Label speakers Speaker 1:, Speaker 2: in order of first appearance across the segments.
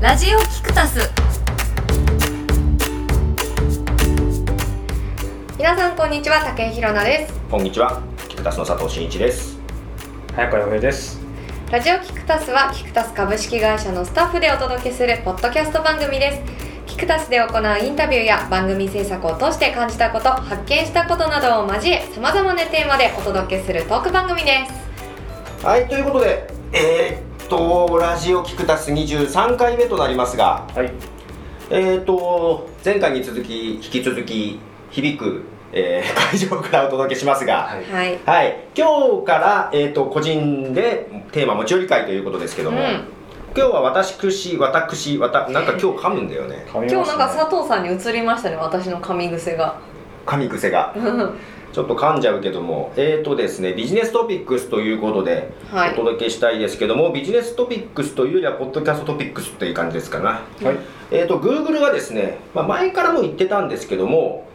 Speaker 1: ラジオキクタス
Speaker 2: 皆さんこんにちは竹井ひろなです
Speaker 3: こんにちは、キクタスの佐藤真一です。
Speaker 4: 早川洋平です。
Speaker 2: ラジオキクタスはキクタス株式会社のスタッフでお届けするポッドキャスト番組ですキクタスで行うインタビューや番組制作を通して感じたこと発見したことなどを交えさまざまなテーマでお届けするトーク番組です
Speaker 3: はい、ということで、えーっと、ラジオキクタス23回目となりますが、
Speaker 4: はい。
Speaker 3: えーっと、前回に続き、引き続き、響く、えー 会場からお届けしますが、
Speaker 4: はい。
Speaker 2: はい
Speaker 3: はい、今日から、えーっと、個人でテーマ持ち寄り会ということですけども、
Speaker 2: うん
Speaker 3: 今日は私、私、わた、なんか今日 噛むんだよね、
Speaker 4: 今
Speaker 2: 今日なんか佐藤さんに移りましたね私の噛み癖が
Speaker 3: 噛み 癖が。
Speaker 2: は
Speaker 3: ちょっと噛んじゃうけども、えーとですね、ビジネストピックスということで
Speaker 2: はい
Speaker 3: お届けしたいですけども、ビジネストピックスというよりは、ポッドキャストトピックスという感じですかな。
Speaker 4: はい。
Speaker 3: えーと、Google がですね、まあ、前からも言ってたんですけども、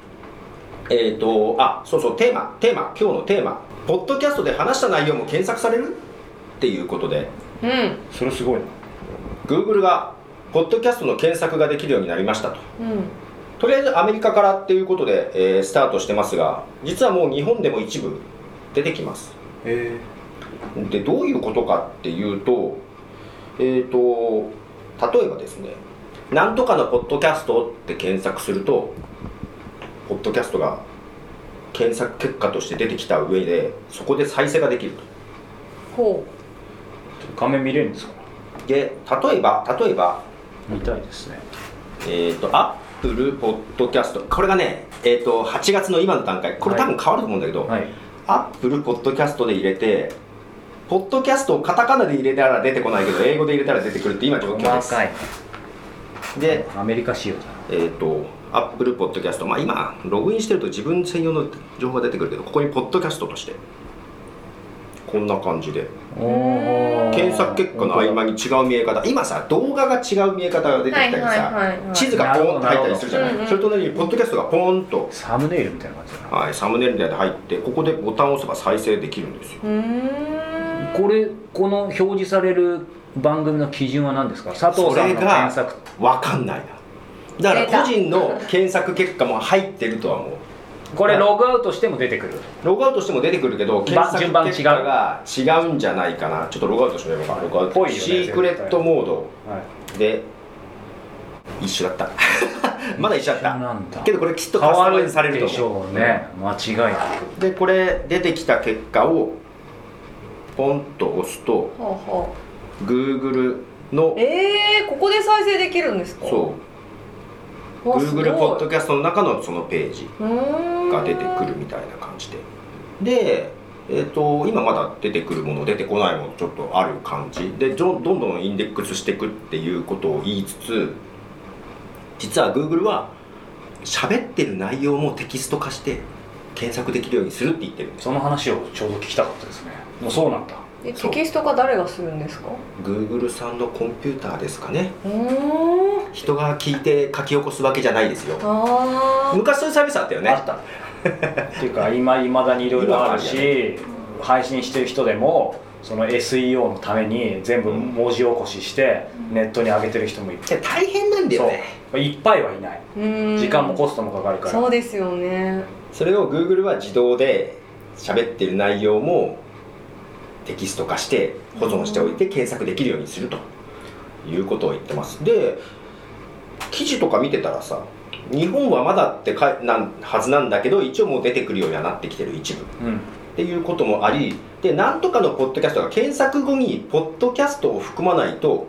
Speaker 3: えーと、あ、そうそう、テーマ、テーマ、今日のテーマ、ポッドキャストで話した内容も検索されるっていうことで、
Speaker 2: うん
Speaker 4: それすごいな。
Speaker 3: Google が、ポッドキャストの検索ができるようになりましたと。
Speaker 2: うん
Speaker 3: とりあえずアメリカからっていうことで、えースタートしてますが、実はもう日本でも一部出てきます。
Speaker 4: え
Speaker 3: でどういうことかっていうと,、えー、と例えばですね「なんとかのポッドキャスト」って検索するとポッドキャストが検索結果として出てきた上でそこで再生ができると
Speaker 2: ほ
Speaker 4: ー、画面見れるんですか。
Speaker 3: で例えば例えば
Speaker 4: 見たいですね。
Speaker 3: えっ、とアップルポッドキャストこれがね、えー、と8月の今の段階これ多分変わると思うんだけど、
Speaker 4: はい。
Speaker 3: アップルポッドキャストで入れてポッドキャストをカタカナで入れたら出てこないけど英語で入れたら出てくるって今状況です
Speaker 4: い。
Speaker 3: で
Speaker 4: アメリカ仕様だな。
Speaker 3: えー、と Apple Podcast、まあ、今ログインしてると自分専用の情報が出てくるけどここにポッドキャストとしてこんな感じで
Speaker 4: おー
Speaker 3: 検索結果の合間に違う見え方今さ動画が違う見え方が出て
Speaker 2: う
Speaker 3: きたりさ、
Speaker 2: いは
Speaker 3: 地図がポーンと入ったりするじゃな
Speaker 2: な
Speaker 3: い
Speaker 2: るほど
Speaker 3: それと同じようにポッドキャストがポーンと、
Speaker 4: サムネイルみたいな感じだ
Speaker 3: はい、サムネイルみたいなので入ってここでボタンを押せば再生できるんですよ
Speaker 2: うーん
Speaker 4: な。これこの表示される番組の基準は何ですか。佐藤さ
Speaker 3: それ
Speaker 4: んの
Speaker 3: が
Speaker 4: 検索。
Speaker 3: わかんないなだから個人の検索結果も入ってるとは思う
Speaker 4: これログアウトしても出てくる。
Speaker 3: ログアウトしても出てくるけど、検
Speaker 4: ば
Speaker 3: 索
Speaker 4: 順番違う
Speaker 3: 結果が違うんじゃないかな。ちょっとログアウトしてみようか。ログアウ
Speaker 4: ぽ
Speaker 3: ト。
Speaker 4: いよね
Speaker 3: シークレットモード
Speaker 4: はい。
Speaker 3: で、一緒だった。 まだ一緒だっ
Speaker 4: 一緒なん
Speaker 3: た。
Speaker 4: だ
Speaker 3: けどこれきっと
Speaker 4: 変
Speaker 3: カス
Speaker 4: わ
Speaker 3: タマイ
Speaker 4: る
Speaker 3: ズされる
Speaker 4: でし
Speaker 3: と思
Speaker 4: ょうね。間違いなく。
Speaker 3: う。で、これ出てきた結果を、ポンと押すと、
Speaker 2: ほうほ
Speaker 3: Google の
Speaker 2: う、えー、ここで再生できるんですか
Speaker 3: そう、
Speaker 2: わすごい
Speaker 3: Google ポッドキャストの中のそのページ
Speaker 2: が
Speaker 3: が出てくるみたいな感じで。で、えー、と今まだ出てくるもの出てこないものちょっとある感じでどんどんどんインデックスしていくっていうことを言いつつ実は Google は喋ってる内容もテキスト化して検索できるようにするって言ってるんです
Speaker 4: その話をちょうど聞きたかったですね。もうそうなんだ。
Speaker 2: えテキストが誰がするんですか
Speaker 3: Google さんのコンピューターですかね
Speaker 2: うーん
Speaker 3: 人が聞いて書き起こすわけじゃないですよ
Speaker 2: あー
Speaker 3: 昔そういうサービスあったよね
Speaker 4: あったっていうか今いまだにいろいろあ
Speaker 3: 今は
Speaker 4: るし配信してる人でもその SEO のために全部文字起こししてネットに上げてる人もいる、
Speaker 3: で大変なんだよね
Speaker 4: そういっぱいはいないう
Speaker 2: ーん
Speaker 4: 時間もコストもかかるから
Speaker 2: そうですよね
Speaker 3: それを Google は自動で喋ってる内容もテキスト化して保存しておいて検索できるようにするということを言ってますで記事とか見てたらさ日本はまだってかなんはずなんだけど一応もう出てくるようにはなってきてる一部っ
Speaker 4: うん、
Speaker 3: ていうこともありでなんとかのポッドキャストが検索後にポッドキャストを含まないと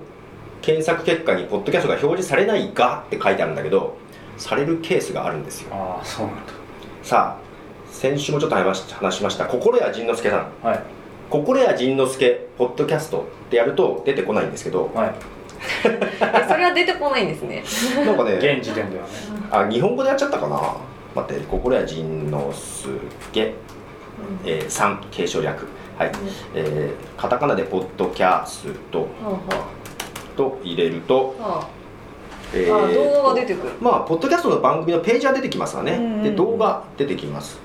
Speaker 3: 検索結果にポッドキャストが表示されないがって書いてあるんだけどされるケースがあるんですよ
Speaker 4: ああそうなん
Speaker 3: さあ先週もちょっと話し話しました心谷仁之助さん
Speaker 4: だはい
Speaker 3: 心谷仁之助ポッドキャストってやると出てこないんです けど
Speaker 4: はい
Speaker 2: えそれは出てこないんですね
Speaker 3: なんかね
Speaker 4: 現時点ではね
Speaker 3: あ日本語でやっちゃったかな待って心谷仁之助、えー、さん継承略はい、えーカタカナでポッドキャスト
Speaker 2: は
Speaker 3: と入れると,、
Speaker 2: あはあは
Speaker 3: え
Speaker 2: あ、あ
Speaker 3: ー
Speaker 2: 動画が出てくる
Speaker 3: まあポッドキャストの番組のページは出てきますわね、
Speaker 2: うんうんうん
Speaker 3: で動画出てきます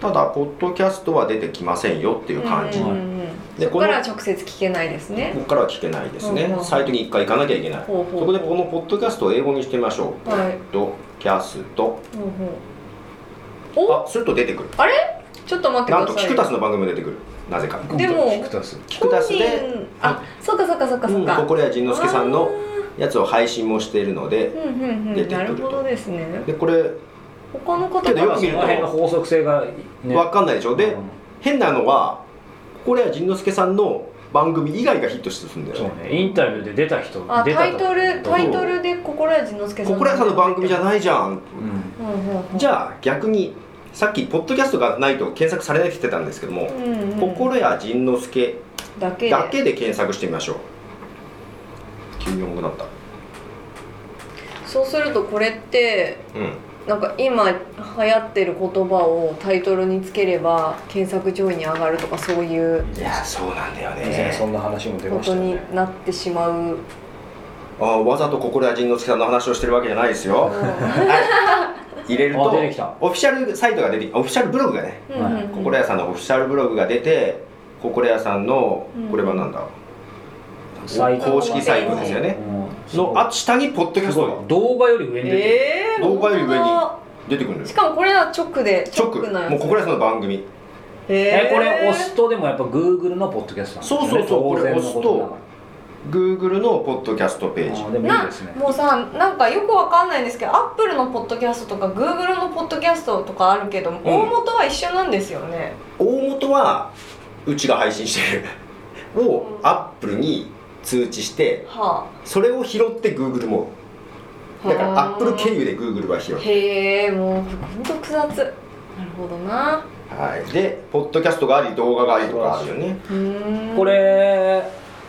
Speaker 3: ただポッドキャストは出てきませんよっていう感じ、
Speaker 2: うんうんうん
Speaker 3: で
Speaker 2: そこからは直接聞けないですね
Speaker 3: ここからは聞けないですね、
Speaker 2: うんうん
Speaker 3: サイトに一回行かなきゃいけない、
Speaker 2: ほうほうほう
Speaker 3: そこでこのポッドキャストを英語にしてみましょう、
Speaker 2: はい
Speaker 3: ポッドキャスト
Speaker 2: ほうほうお
Speaker 3: あすると出てくる
Speaker 2: ちょっと待って
Speaker 3: なん
Speaker 2: く
Speaker 3: と
Speaker 2: ださ
Speaker 3: キ
Speaker 2: い
Speaker 3: クタスの番組も出てくるなぜか
Speaker 2: でも
Speaker 1: キクタス
Speaker 3: キクタス
Speaker 2: 本
Speaker 3: で
Speaker 2: 人あそうかそうかそうかそう
Speaker 3: うん、
Speaker 2: か、
Speaker 3: これは仁之助さんのやつを配信もしているの
Speaker 2: う
Speaker 3: で
Speaker 2: んうんう
Speaker 3: 出
Speaker 2: ん
Speaker 3: てくると
Speaker 2: なるほどですね
Speaker 3: でこれ
Speaker 2: 他の方
Speaker 3: けどよく
Speaker 4: そ
Speaker 3: 見る
Speaker 4: の
Speaker 3: と
Speaker 4: 辺の法則性がね
Speaker 3: 分かんないでしょ、で
Speaker 4: うん
Speaker 3: 変なのはこれは仁之助さんの番組以外がヒットするんだ
Speaker 4: そう
Speaker 3: よ
Speaker 4: ねインタビューで出た人
Speaker 2: あ
Speaker 4: 出た
Speaker 2: タイトル
Speaker 4: とこ
Speaker 2: タイトルで心谷仁之助さん
Speaker 3: ここらさんの番組じゃ
Speaker 2: い、
Speaker 3: ないじゃん
Speaker 4: うん
Speaker 2: うんうんうん、
Speaker 3: じ
Speaker 2: ゃ
Speaker 3: ゃあ逆にさっきポッドキャストがないと検索されなくてたんですけども、
Speaker 2: うんうん、
Speaker 3: 心や仁之助
Speaker 2: だけで
Speaker 3: だけで検索してみましょう急に重くなった
Speaker 2: そうするとこれって
Speaker 3: うん
Speaker 2: なんか今流行ってる言葉をタイトルにつければ検索上位に上がるとかそういう
Speaker 3: いやそうなんだよ
Speaker 4: 以前そんな話も出
Speaker 2: こ
Speaker 4: ました
Speaker 2: と
Speaker 4: よね
Speaker 2: になってしまう、
Speaker 3: あーわざと心や仁之助さんの話をしてるわけじゃないですよ、 はい入れると
Speaker 4: あ出てきた
Speaker 3: オフィシャルサイトが出てきオフィシャルブログがね
Speaker 2: うんうんうん
Speaker 3: 心屋さんのオフィシャルブログが出て心屋さんの
Speaker 2: うん
Speaker 3: これはなんだ、
Speaker 4: サイト
Speaker 3: 公式サイトですよね、
Speaker 4: うん
Speaker 3: のあ下にポッドキャ
Speaker 1: す
Speaker 3: スト
Speaker 1: ご
Speaker 3: が
Speaker 1: い動画より上に出てる、
Speaker 2: えー、
Speaker 3: 動画より上に
Speaker 2: 本
Speaker 3: 出てくる
Speaker 2: 当
Speaker 3: の
Speaker 2: だ
Speaker 3: よ
Speaker 2: しかもこれは直で
Speaker 3: 直
Speaker 2: な
Speaker 3: もう心屋さんの番組
Speaker 2: え
Speaker 1: えこれ押すとでもやっぱ Google のポッドキャストなんですよね
Speaker 3: そうそうそうこれ
Speaker 1: 当然の
Speaker 3: 押すと
Speaker 1: となが
Speaker 3: Google のポッドキャストペー
Speaker 1: ら
Speaker 3: ジ
Speaker 1: あーでもいいですね
Speaker 2: もうさなんかよくわかんないんですけどアップルのポッドキャストとかグーグルのポッドキャストとかあるけど、大元は一緒なんですよね
Speaker 3: 大元はうちが配信してるをアップルに通知して
Speaker 2: は
Speaker 3: それを拾って Google も
Speaker 2: あ
Speaker 3: だからアップル経
Speaker 2: 由
Speaker 3: 由で Google は拾う
Speaker 2: へえもうほんと複雑なるほどな
Speaker 3: はい、でポッドキャストがあり動画がありとかあるよね
Speaker 2: うーん
Speaker 4: これ、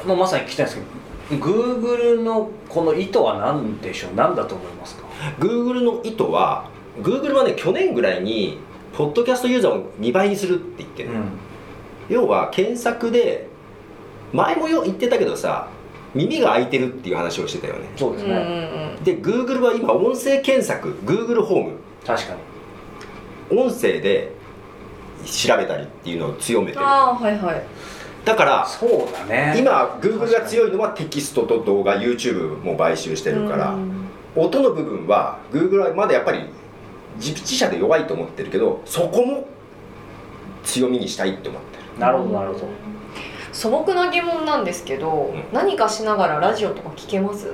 Speaker 4: まあ、まさに聞きたいんですけど Google のこの意図は何でしょう何だと思いますか
Speaker 3: Google の意図は Google はね去年ぐらいにポッドキャストユーザーを2倍にするって言ってる、要は検索で前もよ言ってたけどさ耳が開いてるっていう話をしてたよね
Speaker 4: そう
Speaker 2: う
Speaker 4: で
Speaker 2: ん
Speaker 4: す
Speaker 2: うんう
Speaker 4: ね、
Speaker 2: ん
Speaker 3: で Google は今音声検索 Google ホーム
Speaker 4: 確かに
Speaker 3: 音声で調べたりっていうのを強めてる
Speaker 2: ああはいはい
Speaker 3: だから
Speaker 4: そうだね
Speaker 3: 今 Google が強いのはテキストと動画 YouTube も買収してるから、
Speaker 2: うん
Speaker 3: 音の部分は Google はまだやっぱり自自社で弱いと思ってるけどそこも強みにしたいって思ってる
Speaker 4: なるほどなるほど
Speaker 2: 素朴な疑問なんですけど、
Speaker 3: うん
Speaker 2: 何かしながらラジオとか聞けます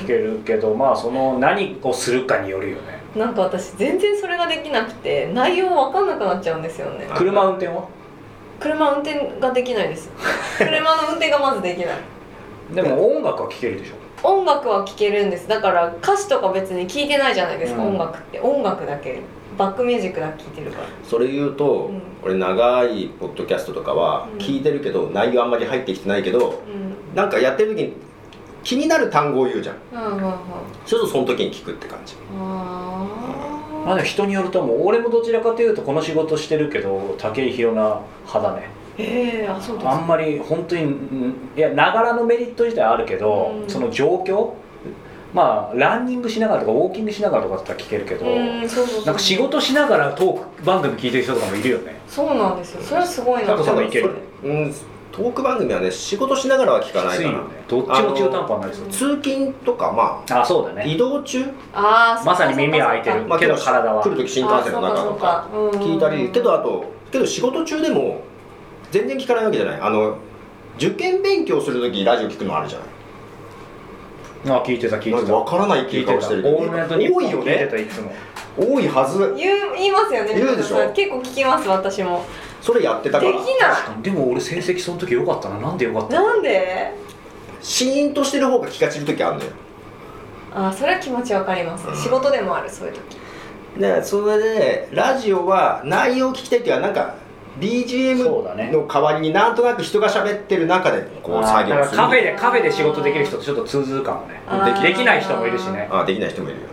Speaker 4: 聞けるけどまあその何をするかによるよね
Speaker 2: なんか私全然それができなくて内容わかんなくなっちゃうんですよね
Speaker 3: あ
Speaker 4: 車運転は
Speaker 2: 車運転ができないです車の運転がまずできない
Speaker 4: でも音楽は聞けるでしょ
Speaker 2: 音楽は聴けるんですだから歌詞とか別に聞いてないじゃないですか、
Speaker 4: うん
Speaker 2: 音楽って音楽だけバックミュージックだけ聞いてるから
Speaker 3: それ言うと、
Speaker 2: うん
Speaker 3: 俺長いポッドキャストとかは
Speaker 2: うん
Speaker 3: 聞いてるけど、内容あんまり入ってきてないけど
Speaker 2: うん
Speaker 3: なんかやってる時に気になる単語を言うじゃん
Speaker 2: うんうんうん
Speaker 3: そうするとその時に聞くって感じ
Speaker 4: ま
Speaker 2: あ
Speaker 4: あでも人によるともう俺もどちらかというとこの仕事してるけど武井宏な派だね
Speaker 2: ーええあそうです
Speaker 4: あんまり本当にうんいやながらのメリット自体はあるけど、
Speaker 2: うん
Speaker 4: その状況まあランニングしながらとかウォーキングしながらとかだったら聞けるけど、
Speaker 2: うんそうそうそう
Speaker 4: なんか仕事しながらトーク番組聞いてる人とかもいるよね
Speaker 2: そうなんですよそれはすごいな
Speaker 4: 佐藤さんがいける
Speaker 3: それうんトーク番組はね仕事しながらは聞かない
Speaker 4: つい
Speaker 3: か
Speaker 4: よ
Speaker 3: な
Speaker 4: ねどっちも中途半端になりそう
Speaker 3: 通勤とかま
Speaker 4: あそうだ
Speaker 3: あ
Speaker 4: ね
Speaker 3: 移動中、
Speaker 2: ああ
Speaker 4: まさに耳は開いてる
Speaker 3: まあ、
Speaker 4: けど体は
Speaker 3: 来る時新幹線の中とか聞いたりけどあとけど仕事中でも全然聞かないわけじゃないあの受験勉強する時ラジオ聞くのあるじゃない
Speaker 4: あ聞いてた聞いてた
Speaker 3: 分からないって
Speaker 4: 聞
Speaker 3: い
Speaker 4: いう
Speaker 3: 顔
Speaker 4: て
Speaker 3: したてる
Speaker 4: オールナイトニッポ
Speaker 3: 多
Speaker 4: ン
Speaker 3: いよ
Speaker 4: 聞いて
Speaker 3: ね
Speaker 4: たいつも
Speaker 3: 多いはず
Speaker 2: 言う言いますよね
Speaker 3: 言うでしょ
Speaker 2: 結構聞きます私も
Speaker 3: それやって
Speaker 2: で
Speaker 3: た
Speaker 2: き
Speaker 3: から
Speaker 2: な
Speaker 4: でも俺成績その時良かったななんで良かっ
Speaker 2: い
Speaker 4: たの
Speaker 2: なんで
Speaker 3: シーンとしてる方が気が散る時あるのよ
Speaker 2: あーそれは気持ちわかります、
Speaker 3: うん
Speaker 2: 仕事でもあるそういう時
Speaker 3: でそれでラジオは内容を聞きたいっていうかなんか
Speaker 4: そうだね
Speaker 3: BGM の代わりになんとなく人が喋ってる中でこう
Speaker 4: あー
Speaker 3: 作
Speaker 4: だ
Speaker 3: 業
Speaker 4: から
Speaker 3: する
Speaker 4: カフェでカフェで仕事できる人とちょっと通ずるかもね
Speaker 2: あー
Speaker 4: できできない人もいるしね
Speaker 3: あできない人もいるよね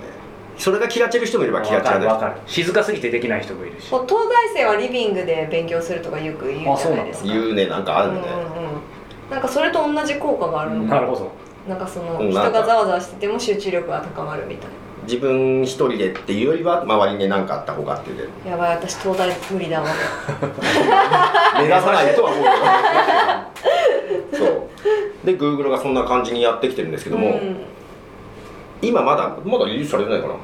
Speaker 3: それが気が散る人もいれば気が
Speaker 4: わか
Speaker 3: 散
Speaker 4: る
Speaker 3: ら
Speaker 4: わ
Speaker 3: な
Speaker 4: か
Speaker 3: い
Speaker 4: る静かすぎてできない人もいるし
Speaker 2: こう東大生はリビングで勉強するとかよく言うじゃないです
Speaker 3: 人
Speaker 2: か
Speaker 3: 言うねなんかあるね、
Speaker 2: うんうんうんなんかそれと同じ効果があるのか
Speaker 4: なるほど
Speaker 2: なんかその
Speaker 3: うん
Speaker 2: 人
Speaker 3: なんか
Speaker 2: がざわざわしてても集中力が高まるみたいな
Speaker 3: 自分一人でっていうよりは周りに何かあった方がってで
Speaker 2: やばい私東大無理だわ
Speaker 3: 目指さないとは思うけどそうで Google がそんな感じにやってきてるんですけども、
Speaker 2: うん
Speaker 3: 今まだまだリリースされてないかな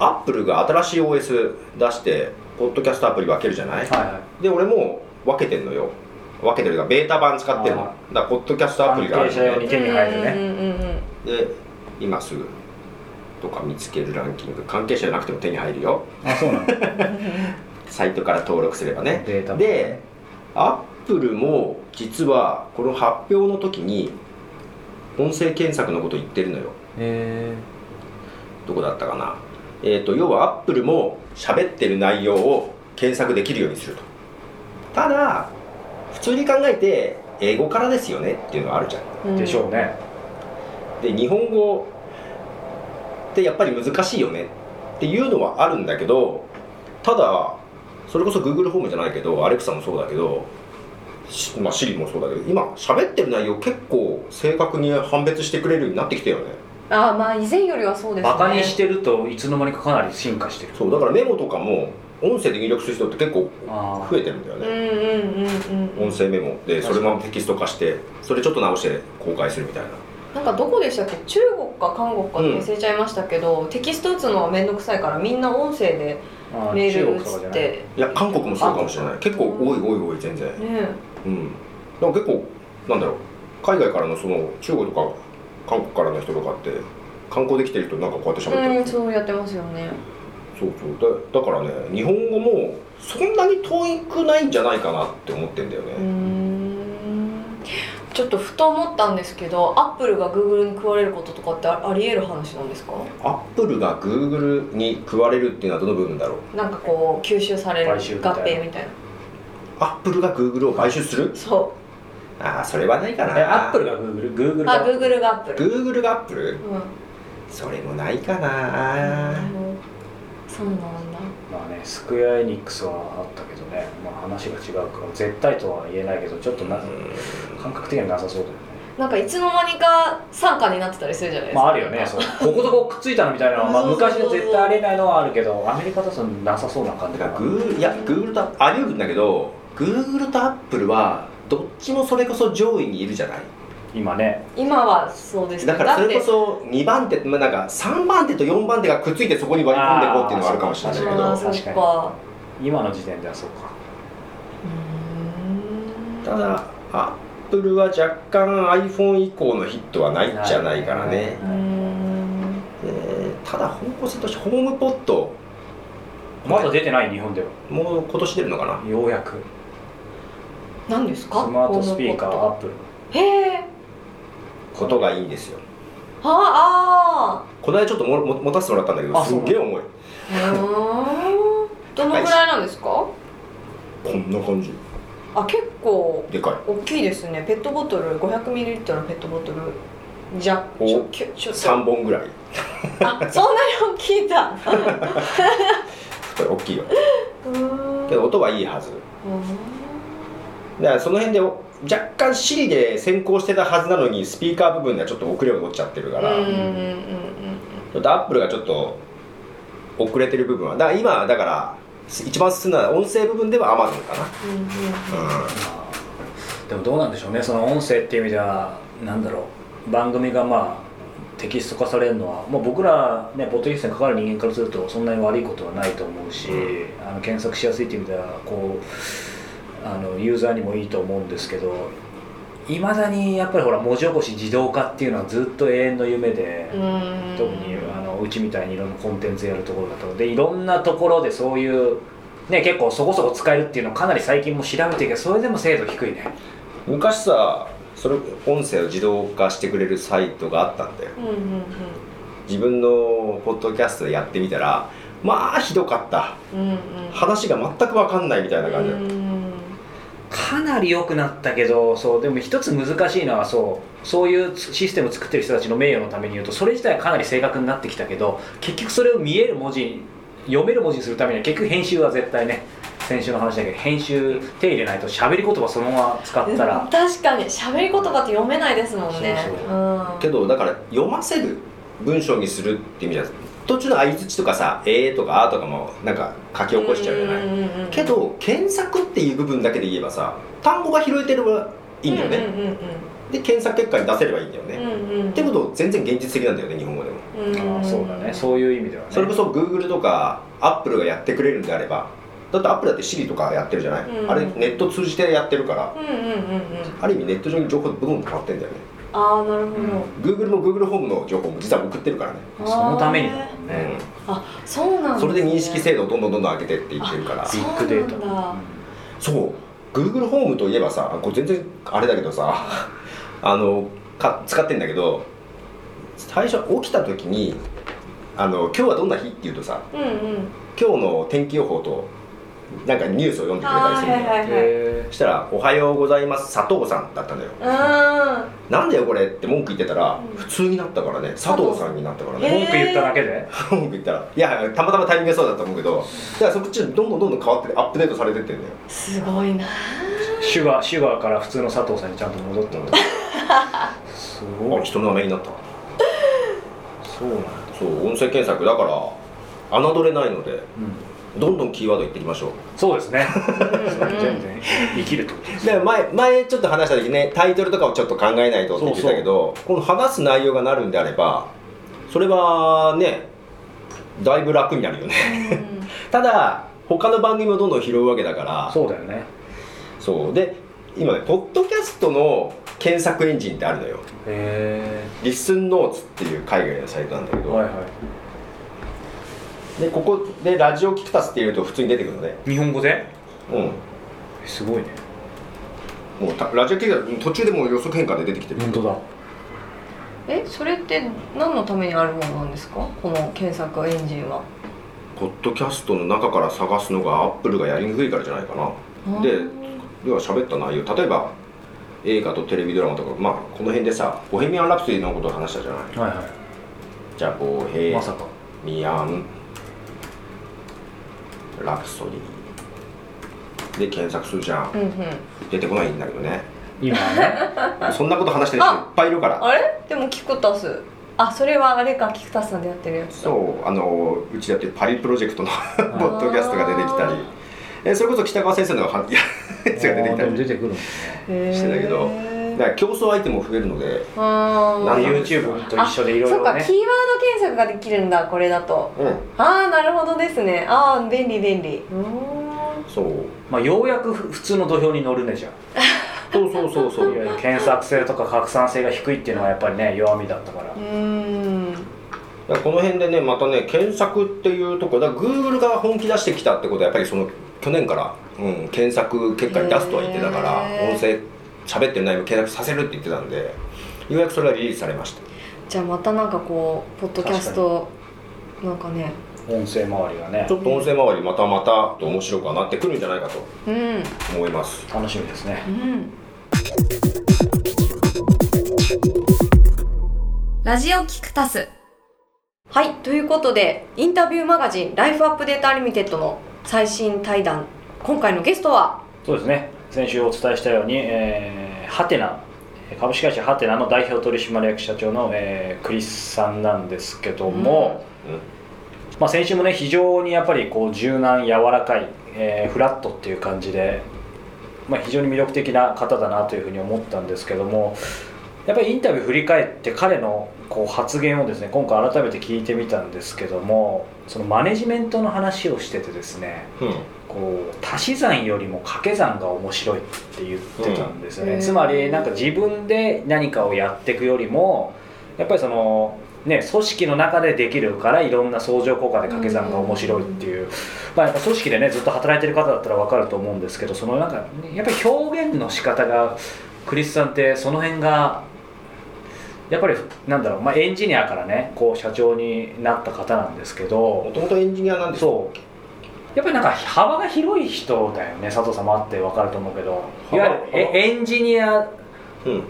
Speaker 3: アップルが新しい OS 出してポッドキャストアプリ分けるじゃない、
Speaker 4: は
Speaker 3: で俺も分けてんのよ分けてるがベータ版使ってるのだ
Speaker 4: あ
Speaker 3: からポッドキャストアプリがあ
Speaker 4: 関
Speaker 3: る
Speaker 4: 係
Speaker 3: ん
Speaker 4: 者用
Speaker 3: で
Speaker 4: に手に入るね
Speaker 2: うんうんうんうん
Speaker 3: で今すぐとか見つけるランキング関係者じゃなくても手に入るよ
Speaker 4: あそうなんだ
Speaker 3: サイトから登録すればね
Speaker 4: データも
Speaker 3: でアップルも実はこの発表の時に音声検索のこと言ってるのよ
Speaker 1: え
Speaker 3: どこだったかな、えー、と要はアップルも喋ってる内容を検索できるようにするとただ普通に考えて英語からですよねっていうのはあるじゃん
Speaker 2: うん
Speaker 4: でしょうね
Speaker 3: で日本語ってやっぱり難しいよねっていうのはあるんだけどただそれこそ Google ホームじゃないけど Alexa もそうだけどしまあ Siri もそうだけど今喋ってる内容結構正確に判別してくれるようになってきたよね
Speaker 2: あまあ以前よりはそうですね
Speaker 4: バカにしてるといつの間にかかなり進化してる
Speaker 3: そうだからメモとかも音声で入力する人って結構
Speaker 4: あ
Speaker 3: 増えてるんだよ
Speaker 2: うん
Speaker 3: ね
Speaker 2: うんうんうんうん
Speaker 3: 音声メモでそ
Speaker 4: 確かに
Speaker 3: れもテキスト化してそれちょっと直して公開するみたいな
Speaker 2: なんかどこでしたっけ中国か韓国かって忘れちゃいましたけど、テキスト打つのは面倒くさいからみんな音声で
Speaker 4: あ
Speaker 2: メール
Speaker 4: 中国とかじ
Speaker 2: 打
Speaker 4: ゃ
Speaker 2: っ
Speaker 4: ない
Speaker 2: て
Speaker 3: いや韓国もそうかもしれない結構多い多い多い全然
Speaker 2: ね
Speaker 3: うん、でも結構なんだろう海外からのその中国とか韓国からの人とかって観光できてる人なんかこうやって喋って
Speaker 2: う
Speaker 3: る、
Speaker 2: んそうやってますよね
Speaker 3: そうそうだだからね日本語もそんなに遠くないんじゃないかなって思ってんだよね、
Speaker 2: うーんちょっとふと思ったんですけどアップルがグーグルに食われることとかってあありえる話なんですか
Speaker 3: アップルがグーグルに食われるっていうのはどの部分だろう
Speaker 2: なんかこう吸収される合
Speaker 4: 買収みたいな
Speaker 2: 併みたいな
Speaker 3: アップルがグーグルを買収する
Speaker 2: そ
Speaker 3: ああそれはないかな
Speaker 4: えアップルがグーグルグーグ
Speaker 2: う
Speaker 4: ルが
Speaker 2: あグーグルがアップル、
Speaker 3: グーグルがアップル
Speaker 2: うん、
Speaker 3: それもないかな
Speaker 2: そうなんだ
Speaker 4: まあねスクエアエニックスはあったけどね、まあ、話が違うから絶対とは言えないけどちょっとな感覚的にはなさそうだよね
Speaker 2: なんかいつの間にか傘下になってたりするじゃないです
Speaker 4: ま
Speaker 2: か、
Speaker 4: ああるよねそうこことここくっついたのみたいなのは、まあ、
Speaker 2: そうそう
Speaker 4: 昔
Speaker 2: そう
Speaker 4: は絶対ありえないのはあるけどアメリカだとなさそうな感じ
Speaker 3: だか
Speaker 4: が
Speaker 3: らグーいやグーグルとあり得るんだけどグーグルとアップルはどっちもそれこそ上位にいるじゃない
Speaker 4: 今ね
Speaker 2: 今はそうですけど
Speaker 3: だからそれこ
Speaker 2: だって
Speaker 3: そ2番手まあなんか3番手と4番手がくっついてそこに割り込んでいこうっていうのはあるかもしれないけど
Speaker 2: あ
Speaker 4: あ
Speaker 2: あ
Speaker 4: ー
Speaker 2: そ
Speaker 4: そう
Speaker 2: っ
Speaker 4: か
Speaker 2: か
Speaker 4: 今の時点ではそうか
Speaker 2: うーん
Speaker 3: ただアップルは若干 iPhone 以降のヒットはないんじゃないから
Speaker 4: ない
Speaker 3: ね
Speaker 2: うーん
Speaker 3: えーただ方向性としてホームポット
Speaker 4: まだ出てない日本では
Speaker 3: もう今年出るのかな
Speaker 4: ようやく
Speaker 2: 何ですか
Speaker 4: スマートスピーカー
Speaker 2: ホム
Speaker 4: アップル
Speaker 2: ポットへえ
Speaker 3: ことがいいんですよ
Speaker 2: ああ
Speaker 3: この間ちょっともも持たせてもらったんだけど
Speaker 4: あ
Speaker 3: す
Speaker 4: そう
Speaker 3: っげえ
Speaker 2: う
Speaker 3: 重い
Speaker 2: んどのぐらいなんですか
Speaker 3: こんな感じ
Speaker 2: あ結構
Speaker 3: でかい
Speaker 2: 大きいですねペットボトル 500ml のペットボトルじゃ
Speaker 3: お
Speaker 2: ちょきょちょっ
Speaker 3: 3本ぐらい
Speaker 2: とあそんなに大きいんだ
Speaker 3: これ大きいよ
Speaker 2: うーん
Speaker 3: けど音はいいはずだからその辺で若干 Siri で先行してたはずなのにスピーカー部分ではちょっと遅れを取っちゃってるから、
Speaker 2: うんうん
Speaker 3: ち
Speaker 2: うん
Speaker 3: ょっと Apple がちょっと遅れてる部分はだから今だからす一番進んだのは音声部分では Amazon か
Speaker 2: うんうんうんうん
Speaker 3: な、
Speaker 4: まあでもどうなんでしょうねその音声っていう意味ではなんだろう番組がまあテキスト化されるのは、まあ、僕らねポッドキャストに関わる人間からするとそんなに悪いことはないと思うし、
Speaker 3: う
Speaker 4: あの検索しやすいっていう意味ではこうあのユーザーにもいいと思うんですけどいまだにやっぱりほら文字起こし自動化っていうのはずっと永遠の夢で。
Speaker 2: うん
Speaker 4: 特にあのうちみたいにいろんなコンテンツやるところだとでいろんなところでそういう、ね、結構そこそこ使えるっていうのをかなり最近も調べてるけどそれでも精度低いね
Speaker 3: うん昔さそれ音声を自動化してくれるサイトがあったんだよ
Speaker 2: うんうんうん
Speaker 3: 自分のポッドキャストでやってみたらまあひどかった
Speaker 2: うんうん
Speaker 3: 話が全く分かんないみたいな感じだった
Speaker 2: うん
Speaker 4: かなり良くなったけどそうでも一つ難しいのはそうそういうシステムを作ってる人たちの名誉のために言うとそれ自体はかなり正確になってきたけど結局それを見える文字に読める文字にするためには結局編集は絶対ね先週の話だけど編集手入れないと喋り言葉そのまま使ったら
Speaker 2: 確かに喋り言葉って読めないですもんね
Speaker 4: そうそう
Speaker 2: うん
Speaker 3: けどだから読ませる文章にするって意味じゃ途中の相づちとかさ「えー」とか「あ」とかもなんか書き起こしちゃうじゃない
Speaker 2: んうんうん
Speaker 3: けど検索っていう部分だけで言えばさ単語が拾えてればいいんだよね、
Speaker 2: うんうん
Speaker 3: で検索結果に出せればいいんだよね、
Speaker 2: うんうんうん
Speaker 3: ってこと全然現実的なんだよね日本語でも
Speaker 4: ああそうだねそういう意味ではね
Speaker 3: それこそ Google とか Apple がやってくれるんであればだって Apple だって Siri とかやってるじゃない、
Speaker 2: うん
Speaker 3: あれネット通じてやってるから
Speaker 2: うんうんうんうん
Speaker 3: ある意味ネット上に情報ブンと変わってんだよね
Speaker 2: ああなるほど、
Speaker 4: うん
Speaker 3: Google も Google ホームの情報も実は送ってるからね、
Speaker 2: あー
Speaker 4: そのためにだもんね
Speaker 2: あそうなんだ、ね、
Speaker 3: それで認識精度をどんどんどんどん上げてって言ってるから
Speaker 2: あ
Speaker 4: ビッグデータ
Speaker 2: そうなんだ
Speaker 3: そう Google ホームといえばさこれ全然あれだけどさ あのか使ってんだけど最初起きた時にあの「今日はどんな日?」って言うとさ
Speaker 2: うんうん
Speaker 3: 今日の天気予報となんかニュースを読んでくれた
Speaker 2: あ
Speaker 3: り
Speaker 2: あ
Speaker 3: す
Speaker 2: ー
Speaker 3: る
Speaker 2: は
Speaker 3: ん
Speaker 2: い
Speaker 3: だよ
Speaker 2: はいはい
Speaker 4: へ
Speaker 3: そしたら「おはようございます佐藤さん」だったんだよ
Speaker 2: あ
Speaker 3: 「なんだよこれ」って文句言ってたら
Speaker 2: うん
Speaker 3: 普通になったからね佐藤さんになったから
Speaker 4: え
Speaker 3: ね
Speaker 2: へー
Speaker 4: 文句言っただけで
Speaker 3: 文句言ったらいやたまたまタイミングがそうだったと思うけどだからそっちにどんどんどんどん変わってアップデートされてってんだよ
Speaker 2: ーすごいな
Speaker 4: シュガーシュガーから普通の佐藤さんにちゃんと 戻ったのすご
Speaker 3: あ
Speaker 4: い
Speaker 3: 人の名前になった
Speaker 4: そうなんだ、
Speaker 3: そう音声検索だから侮れないので
Speaker 4: うん、
Speaker 3: どんどんキーワードいっていきましょう
Speaker 4: そうですね
Speaker 2: うんうん
Speaker 4: 全然生きるってことです
Speaker 3: で前前ちょっと話した時ねタイトルとかをちょっと考えないとって言ってたけどこの話す内容がなるんであればそれはねだいぶ楽になるよね ただ他の番組もどんどん拾うわけだから
Speaker 4: そうだよね
Speaker 3: そうで今ねポッドキャストの検索エンジンってあるのよ
Speaker 4: へ
Speaker 3: リスンノーツっていう海外のサイトなんだけ
Speaker 4: え
Speaker 3: ど、
Speaker 4: はいはい
Speaker 3: でここでラジオキクタスって入れると普通に出てくるのね
Speaker 4: 日本語で
Speaker 3: うん
Speaker 4: すごいね
Speaker 3: もうたラジオキクタス途中でもう予測変換で出てきてる
Speaker 4: 本当だ
Speaker 2: えそれって何のためにあるものなんですかこの検索エンジンは
Speaker 3: ポッドキャストの中から探すのがアップルがやりにくいからじゃないかなで要は喋った内容例えば映画とテレビドラマとか、まあ、この辺でさ「ボヘミアン・ラプソディ」のことを話したじゃない
Speaker 4: はいは
Speaker 3: じゃあボ
Speaker 4: い
Speaker 3: ヘ
Speaker 4: まさか
Speaker 3: ミアン・ラプソディで検索するじゃん
Speaker 2: うんうん
Speaker 3: 出てこないんだけどね
Speaker 4: 今ね
Speaker 3: そんなこと話してる人いっぱいいるから
Speaker 2: あれでもキクタスあそれはあれかキクタスさんでやってるやつだ
Speaker 3: そうあのうちだってパリプロジェクトの ポッドキャストが出てきた
Speaker 2: あ
Speaker 3: りえそれこそ北川先生のは やつが出てき
Speaker 4: あーで
Speaker 3: た
Speaker 4: も
Speaker 3: り
Speaker 4: 出てくるんだね
Speaker 2: へー
Speaker 3: してたけどだから競争相手も増えるので
Speaker 2: あー
Speaker 3: なんだ
Speaker 4: YouTube と一緒でいろい
Speaker 2: そっ
Speaker 4: ろ
Speaker 2: かキーワード
Speaker 4: ね
Speaker 2: 検索ができるんだこれだと
Speaker 3: うん
Speaker 2: ああなるほどですねああ便利便利うーん
Speaker 3: そう
Speaker 4: まあようやくふ普通の土俵に乗るねじゃん
Speaker 3: そうそうそうそ
Speaker 4: いわゆる検索性とか拡散性が低いっていうのはやっぱりね弱みだったから
Speaker 2: うーん
Speaker 3: だからこの辺でねまたね検索っていうとこだから Google が本気出してきたってことはやっぱりその去年から、うん、検索結果に出すとは言ってたから
Speaker 2: へー
Speaker 3: 音声喋ってる内容を検索させるって言ってたんでようやくそれがリリースされました
Speaker 2: じゃあまたなんかこうポッドキャストなんかね
Speaker 4: 音声周りがね
Speaker 3: ちょっと音声周りまたまたと面白くはなってくるんじゃないかと
Speaker 2: うん
Speaker 3: 思います
Speaker 4: 楽しみですね
Speaker 2: うんラジオキクタスはいということでインタビューマガジン「ライフアップデータリミテッド」の最新対談今回のゲストは
Speaker 4: そうですね先週お伝えしたように、えーハテナ株式会社ハテナの代表取締役社長の、えークリスさんなんですけども、まあ、先週もね非常にやっぱりこう柔軟柔らかい、えーフラットっていう感じで、まあ、非常に魅力的な方だなというふうに思ったんですけどもやっぱりインタビュー振り返って彼のこう発言をですね今回改めて聞いてみたんですけどもそのマネジメントの話をしててですね
Speaker 3: うん、うん
Speaker 4: こう足し算よりも掛け算が面白いって言ってたんですよね、
Speaker 2: うん
Speaker 4: つまりなんか自分で何かをやっていくよりもやっぱりそのね組織の中でできるからいろんな相乗効果で掛け算が面白いっていう、まあ、やっぱ組織でねずっと働いてる方だったら分かると思うんですけどそのなんかやっぱり表現の仕方がクリスさんってその辺がやっぱりなんだろう、まあ、エンジニアからねこう社長になった方なんですけど
Speaker 3: もともとエンジニアなんですよ
Speaker 4: そうやっぱりなんか幅が広い人だよね佐藤さんもあって分かると思うけどい
Speaker 3: 幅
Speaker 4: わゆるえエンジニア
Speaker 3: うん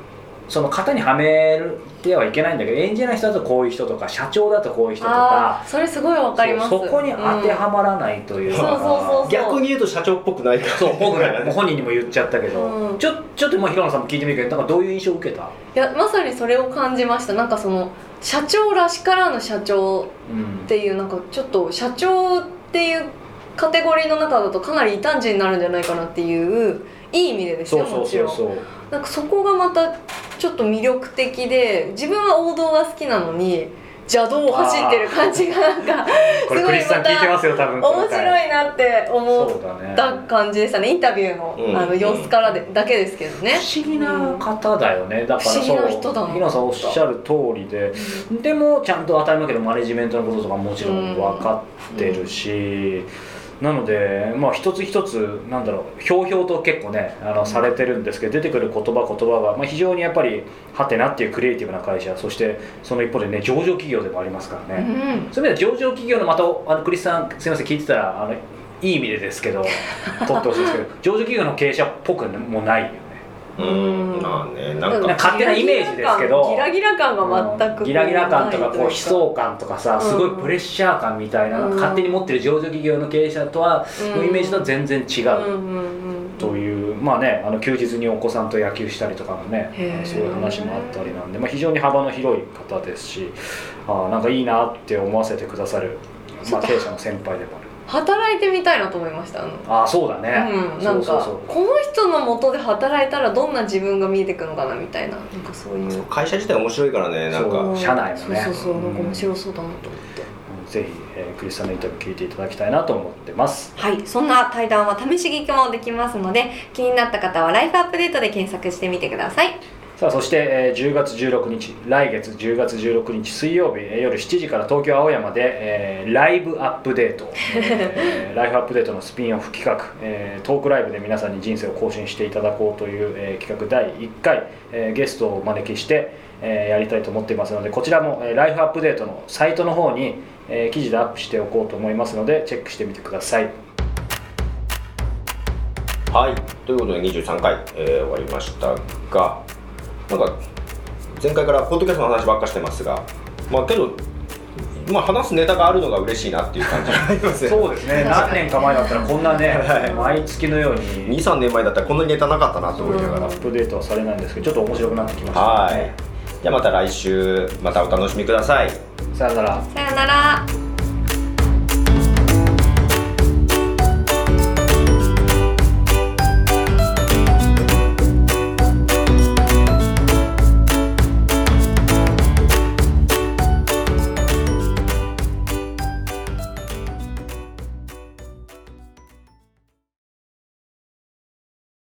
Speaker 4: その型にはめてはいけないんだけどエンジニアの人だとこういう人とか社長だとこういう人とか
Speaker 2: あーそれすごいわかります
Speaker 4: そうそこに当てはまらないというか、
Speaker 2: うんそうそうそう
Speaker 3: 逆に言うと社長っぽくないから
Speaker 4: そう僕らもう本人にも言っちゃったけど、
Speaker 2: うん
Speaker 4: ちょちょっと今平野さんも聞いてみるけどなんかどういう印象を受けた、
Speaker 2: いやまさにそれを感じましたなんかその社長らしからぬ社長
Speaker 4: うん
Speaker 2: っていうなんかちょっと社長っていうカテゴリーの中だとかなり異端児になるんじゃないかなっていういい意味でです
Speaker 4: そ
Speaker 2: よ
Speaker 4: うそう
Speaker 2: もち
Speaker 4: そ
Speaker 2: ろ
Speaker 4: うんそう
Speaker 2: なんかそこがまたちょっと魅力的で自分は王道が好きなのに邪道を走ってる感じがなんか
Speaker 4: これ
Speaker 2: す
Speaker 4: ク
Speaker 2: ごい
Speaker 4: リスさん聞いてますよ多分
Speaker 2: 面白
Speaker 4: い
Speaker 2: いなって思っ
Speaker 4: そうだね
Speaker 2: た感じでしたねインタビューの,、
Speaker 3: うん
Speaker 2: あの様子からでだけですけどね
Speaker 4: 不思議な方だよね、だからそう
Speaker 2: 不思議な人だな
Speaker 4: 平野さんおっしゃる通りででもちゃんと当たり前だけどマネジメントのこととかもちろん分かってるし、なので、まあ、一つ一つなんだろうひょうひょうと結構ねあのされてるんですけど出てくる言葉言葉が、まあ、非常にやっぱりハテナっていうクリエイティブな会社そしてその一方でね上場企業でもありますからね、
Speaker 2: うん
Speaker 4: そういう意味では上場企業のまたあのクリスさんすみません聞いてたらあのいい意味でですけど取ってほしいですけど上場企業の経営者っぽくもないよね
Speaker 3: うんまあねなん
Speaker 4: なん
Speaker 3: か
Speaker 4: か勝手なイメージですけど
Speaker 2: ギラギラ感が全く
Speaker 4: ギラギラ感とかこう悲
Speaker 2: う
Speaker 4: 壮感とかさ
Speaker 2: うん
Speaker 4: すごいプレッシャー感みたいな、
Speaker 2: うん
Speaker 4: 勝手に持ってる上場企業の経営者とは、のイメージとは全然違
Speaker 2: が
Speaker 4: う、というまあねあの休日にお子さんと野球したりとかもね
Speaker 2: へー
Speaker 4: あのそういう話もあったりなんで、まあ、非常に幅の広い方ですしあーなんかいいなって思わせてくださる、まあ、経営者の先輩でもある。
Speaker 2: 働いてみたいなと思いましたあの
Speaker 4: あーそうだね、
Speaker 2: うん、なん
Speaker 4: そう
Speaker 2: か
Speaker 4: そうそう
Speaker 2: この人の元で働いたらどんな自分が見えてくのかなみたいななんかそういう
Speaker 3: 会社自体面白いからねなん
Speaker 4: そ
Speaker 3: か
Speaker 4: う社内もね
Speaker 2: そうそうそうなんか面
Speaker 4: い、
Speaker 2: 白そうだなと思って、
Speaker 4: ぜひ、えークリスさんのインタビュー聞いていただきたいなと思ってます
Speaker 2: はいそんな対談は試し聞きもできますので気になった方は「ライフアップデート」で検索してみてください
Speaker 4: さあそして、えー10月16日来月10月16日水曜日、えー夜7時から東京青山で、えーライブアップデー ト、えーライフアップデートのスピンオフ企画、えートークライブで皆さんに人生を更新していただこうという、えー企画第1回、えーゲストをお招きして、えーやりたいと思っていますのでこちらも、えーライフアップデートのサイトの方に、えー記事でアップしておこうと思いますのでチェックしてみてください
Speaker 3: はいということで23回、えー終わりましたがなんか前回からポッドキャストの話ばっかしてますがまあけどまあ話すネタがあるのが嬉しいなっていう感じがありますね
Speaker 4: そうですね
Speaker 2: 確か
Speaker 4: 何
Speaker 2: に
Speaker 4: 年か前だったらこんなね、
Speaker 3: はい
Speaker 4: 毎月のように
Speaker 3: 23年前だったらこんなにネタなかったなと思いながら
Speaker 4: アップデートはされないんですけどちょっと面白くなってきました
Speaker 3: は
Speaker 4: ね
Speaker 3: いじゃあまた来週またお楽しみください
Speaker 4: さよなら
Speaker 2: さよなら